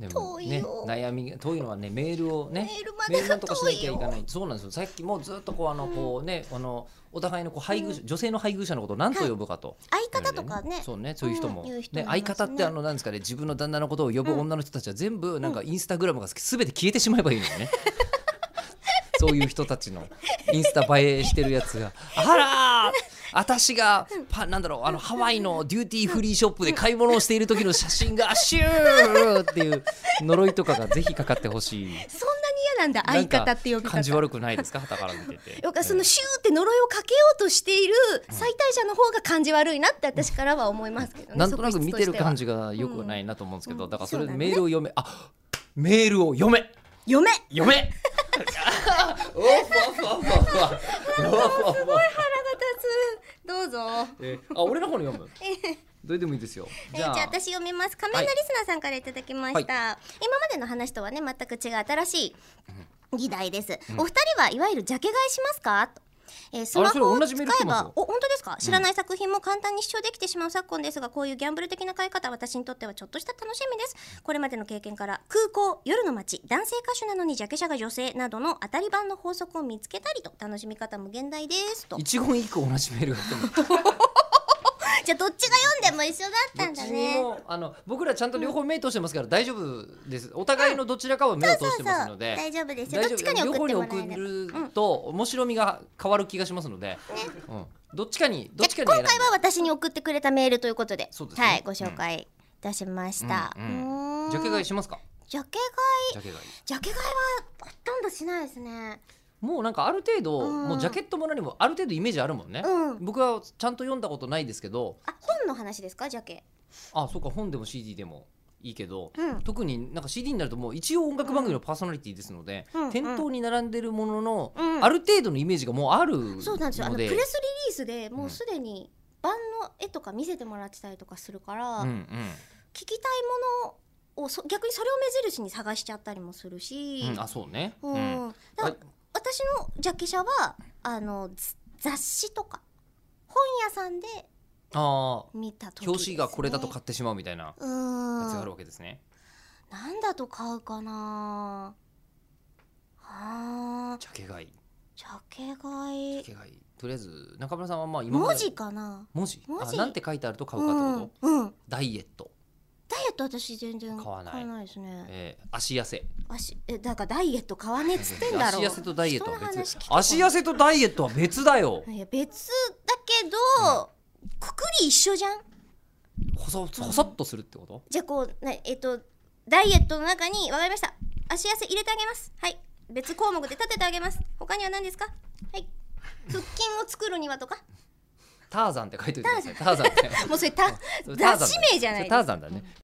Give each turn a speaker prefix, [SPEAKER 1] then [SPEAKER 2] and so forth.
[SPEAKER 1] でもね
[SPEAKER 2] 遠いよ
[SPEAKER 1] 悩みが遠いのはねメールをね
[SPEAKER 2] メールま
[SPEAKER 1] メール
[SPEAKER 2] でが
[SPEAKER 1] なんとかし
[SPEAKER 2] 遠
[SPEAKER 1] ないきゃい
[SPEAKER 2] よ
[SPEAKER 1] かないそうなんですよさっきもずっとこうあのこうねあのお互いのこう配偶者女性の配偶者のことを何と呼ぶかと
[SPEAKER 2] 相方とかね
[SPEAKER 1] そうねそういう人も
[SPEAKER 2] うん言う人
[SPEAKER 1] ね
[SPEAKER 2] もい
[SPEAKER 1] 相
[SPEAKER 2] ますね
[SPEAKER 1] 方ってあのなんですかね自分の旦那のことを呼ぶ
[SPEAKER 2] うん
[SPEAKER 1] 女の人たちは全部なんかインスタグラムがすべて消えてしまえばいいのよ ねそういう人たちのインスタ映えしてるやつがあらー私がパなんだろうあのハワイのデューティーフリーショップで買い物をしている時の写真がシューっていう呪いとかがぜひかかってほしい
[SPEAKER 2] そんなに嫌なんだ相方って呼び
[SPEAKER 1] なんか
[SPEAKER 2] 方
[SPEAKER 1] 感じ悪くないですか旗から見て て
[SPEAKER 2] よかそのシューって呪いをかけようとしている最大者の方が感じ悪いなって私からは思いますけどね。
[SPEAKER 1] なんとなく見てる感
[SPEAKER 2] じ。
[SPEAKER 1] じがよくないなと思うんですけど、
[SPEAKER 2] うん
[SPEAKER 1] だからそれ
[SPEAKER 2] そうだね
[SPEAKER 1] メールを読め、あメールを読め
[SPEAKER 2] 嫁
[SPEAKER 1] 読め おふわふわふわふわふわふわ
[SPEAKER 2] 腹立つ。どうぞ。
[SPEAKER 1] えあ俺の方に読むどれでもいいですよじ
[SPEAKER 2] えーじ
[SPEAKER 1] ゃ
[SPEAKER 2] ゃ
[SPEAKER 1] あ
[SPEAKER 2] あ私読みます仮面のリスナーさんからいただきました、
[SPEAKER 1] はい
[SPEAKER 2] 今までの話とはね全く違う新しい議題です、お二人はいわゆるジャケ買いしますかとえースマホ
[SPEAKER 1] あれそれ同
[SPEAKER 2] を
[SPEAKER 1] じ
[SPEAKER 2] 使
[SPEAKER 1] メール来て
[SPEAKER 2] え
[SPEAKER 1] ますよ
[SPEAKER 2] ばお本当ですか知らない作品も簡単に視聴できてしまう昨今ですがこういうギャンブル的な買い方私にとってはちょっとした楽しみですこれまでの経験から空港夜の街男性歌手なのにジャケ写が女性などの当たり版の法則を見つけたりと楽しみ方も現代ですと
[SPEAKER 1] 一言一句同じメールが来てます
[SPEAKER 2] じゃあどっちが読んでも一緒だったん
[SPEAKER 1] どっ
[SPEAKER 2] だ
[SPEAKER 1] ちに
[SPEAKER 2] ね
[SPEAKER 1] もあの僕らちゃんと両方目通してますから大丈夫ですお互いのどちらかは目を通してますので、
[SPEAKER 2] 大丈夫ですよどっちかに
[SPEAKER 1] 両
[SPEAKER 2] 送っ
[SPEAKER 1] 方
[SPEAKER 2] て
[SPEAKER 1] に
[SPEAKER 2] もらえ
[SPEAKER 1] 送
[SPEAKER 2] れば
[SPEAKER 1] ると面白みが変わる気がしますので、うん、どっちかにどっち
[SPEAKER 2] じ
[SPEAKER 1] か
[SPEAKER 2] ゃ
[SPEAKER 1] に選ん
[SPEAKER 2] あ
[SPEAKER 1] で
[SPEAKER 2] 今回は私に送ってくれたメールということで
[SPEAKER 1] そうですね
[SPEAKER 2] はい、ご紹介いたしました。
[SPEAKER 1] うんうん
[SPEAKER 2] うーん
[SPEAKER 1] ジャケ買い
[SPEAKER 2] ジ
[SPEAKER 1] しますか
[SPEAKER 2] ャケ買い
[SPEAKER 1] ジャケ買い
[SPEAKER 2] ジャケ買いはほとんどしないですね。
[SPEAKER 1] もうなんかある程度、
[SPEAKER 2] うん
[SPEAKER 1] もうジャケットも何もある程度イメージあるもんね、
[SPEAKER 2] うん
[SPEAKER 1] 僕はちゃんと読んだことないですけど
[SPEAKER 2] あ本の話ですかジャケ。
[SPEAKER 1] あそうか本でも CD でもいいけど、
[SPEAKER 2] うん
[SPEAKER 1] 特になんか CD になるともう一応音楽番組のパーソナリティですので、
[SPEAKER 2] うんうん
[SPEAKER 1] 店頭に並んでるものの、
[SPEAKER 2] うん
[SPEAKER 1] ある程度のイメージがもうあるので
[SPEAKER 2] そうなんですよあのプレスリリースでもうすでに版の絵とか見せてもらってたりとかするから、
[SPEAKER 1] うんうん
[SPEAKER 2] 聞きたいものをそ逆にそれを目印に探しちゃったりもするし。
[SPEAKER 1] うんあそうね、
[SPEAKER 2] うん
[SPEAKER 1] うん
[SPEAKER 2] だから
[SPEAKER 1] あ
[SPEAKER 2] 私のジャケ写はあのざ雑誌とか本屋さんで
[SPEAKER 1] あ
[SPEAKER 2] 見た時
[SPEAKER 1] ー表紙がこれだと買
[SPEAKER 2] か
[SPEAKER 1] ってしまうみたいな
[SPEAKER 2] うー
[SPEAKER 1] や
[SPEAKER 2] ん
[SPEAKER 1] つがあるわけですね、
[SPEAKER 2] なんだと買うかなあー
[SPEAKER 1] ジャケ買い
[SPEAKER 2] ジャケ買
[SPEAKER 1] ジャ
[SPEAKER 2] い
[SPEAKER 1] ケ買いとりあえず中村さんはまあ今まで
[SPEAKER 2] 文字かな
[SPEAKER 1] 文字
[SPEAKER 2] 文字
[SPEAKER 1] あなんて書いてあると買うかってこと、
[SPEAKER 2] うん、うん、
[SPEAKER 1] ダイエット、
[SPEAKER 2] ダイエット私全然
[SPEAKER 1] 買わない
[SPEAKER 2] 買わないですね
[SPEAKER 1] えー足痩せ
[SPEAKER 2] 足えだからダイエット買わねえっつってんだろ
[SPEAKER 1] 足痩せとダイエットは
[SPEAKER 2] 人の
[SPEAKER 1] 別
[SPEAKER 2] 話聞こえない
[SPEAKER 1] 足痩せとダイエットは別だよ
[SPEAKER 2] いや別だけど、くくり一緒じゃん
[SPEAKER 1] 細細っとするってこと
[SPEAKER 2] じゃあこうねえっとダイエットの中にわかりました足痩せ入れてあげますはい別項目で立ててあげます他には何ですかはい腹筋を作るにはとか
[SPEAKER 1] ターザンって書いておいてくださいターザンって
[SPEAKER 2] もうそれた
[SPEAKER 1] それターザンだ
[SPEAKER 2] 雑誌名じゃない
[SPEAKER 1] それターザンだね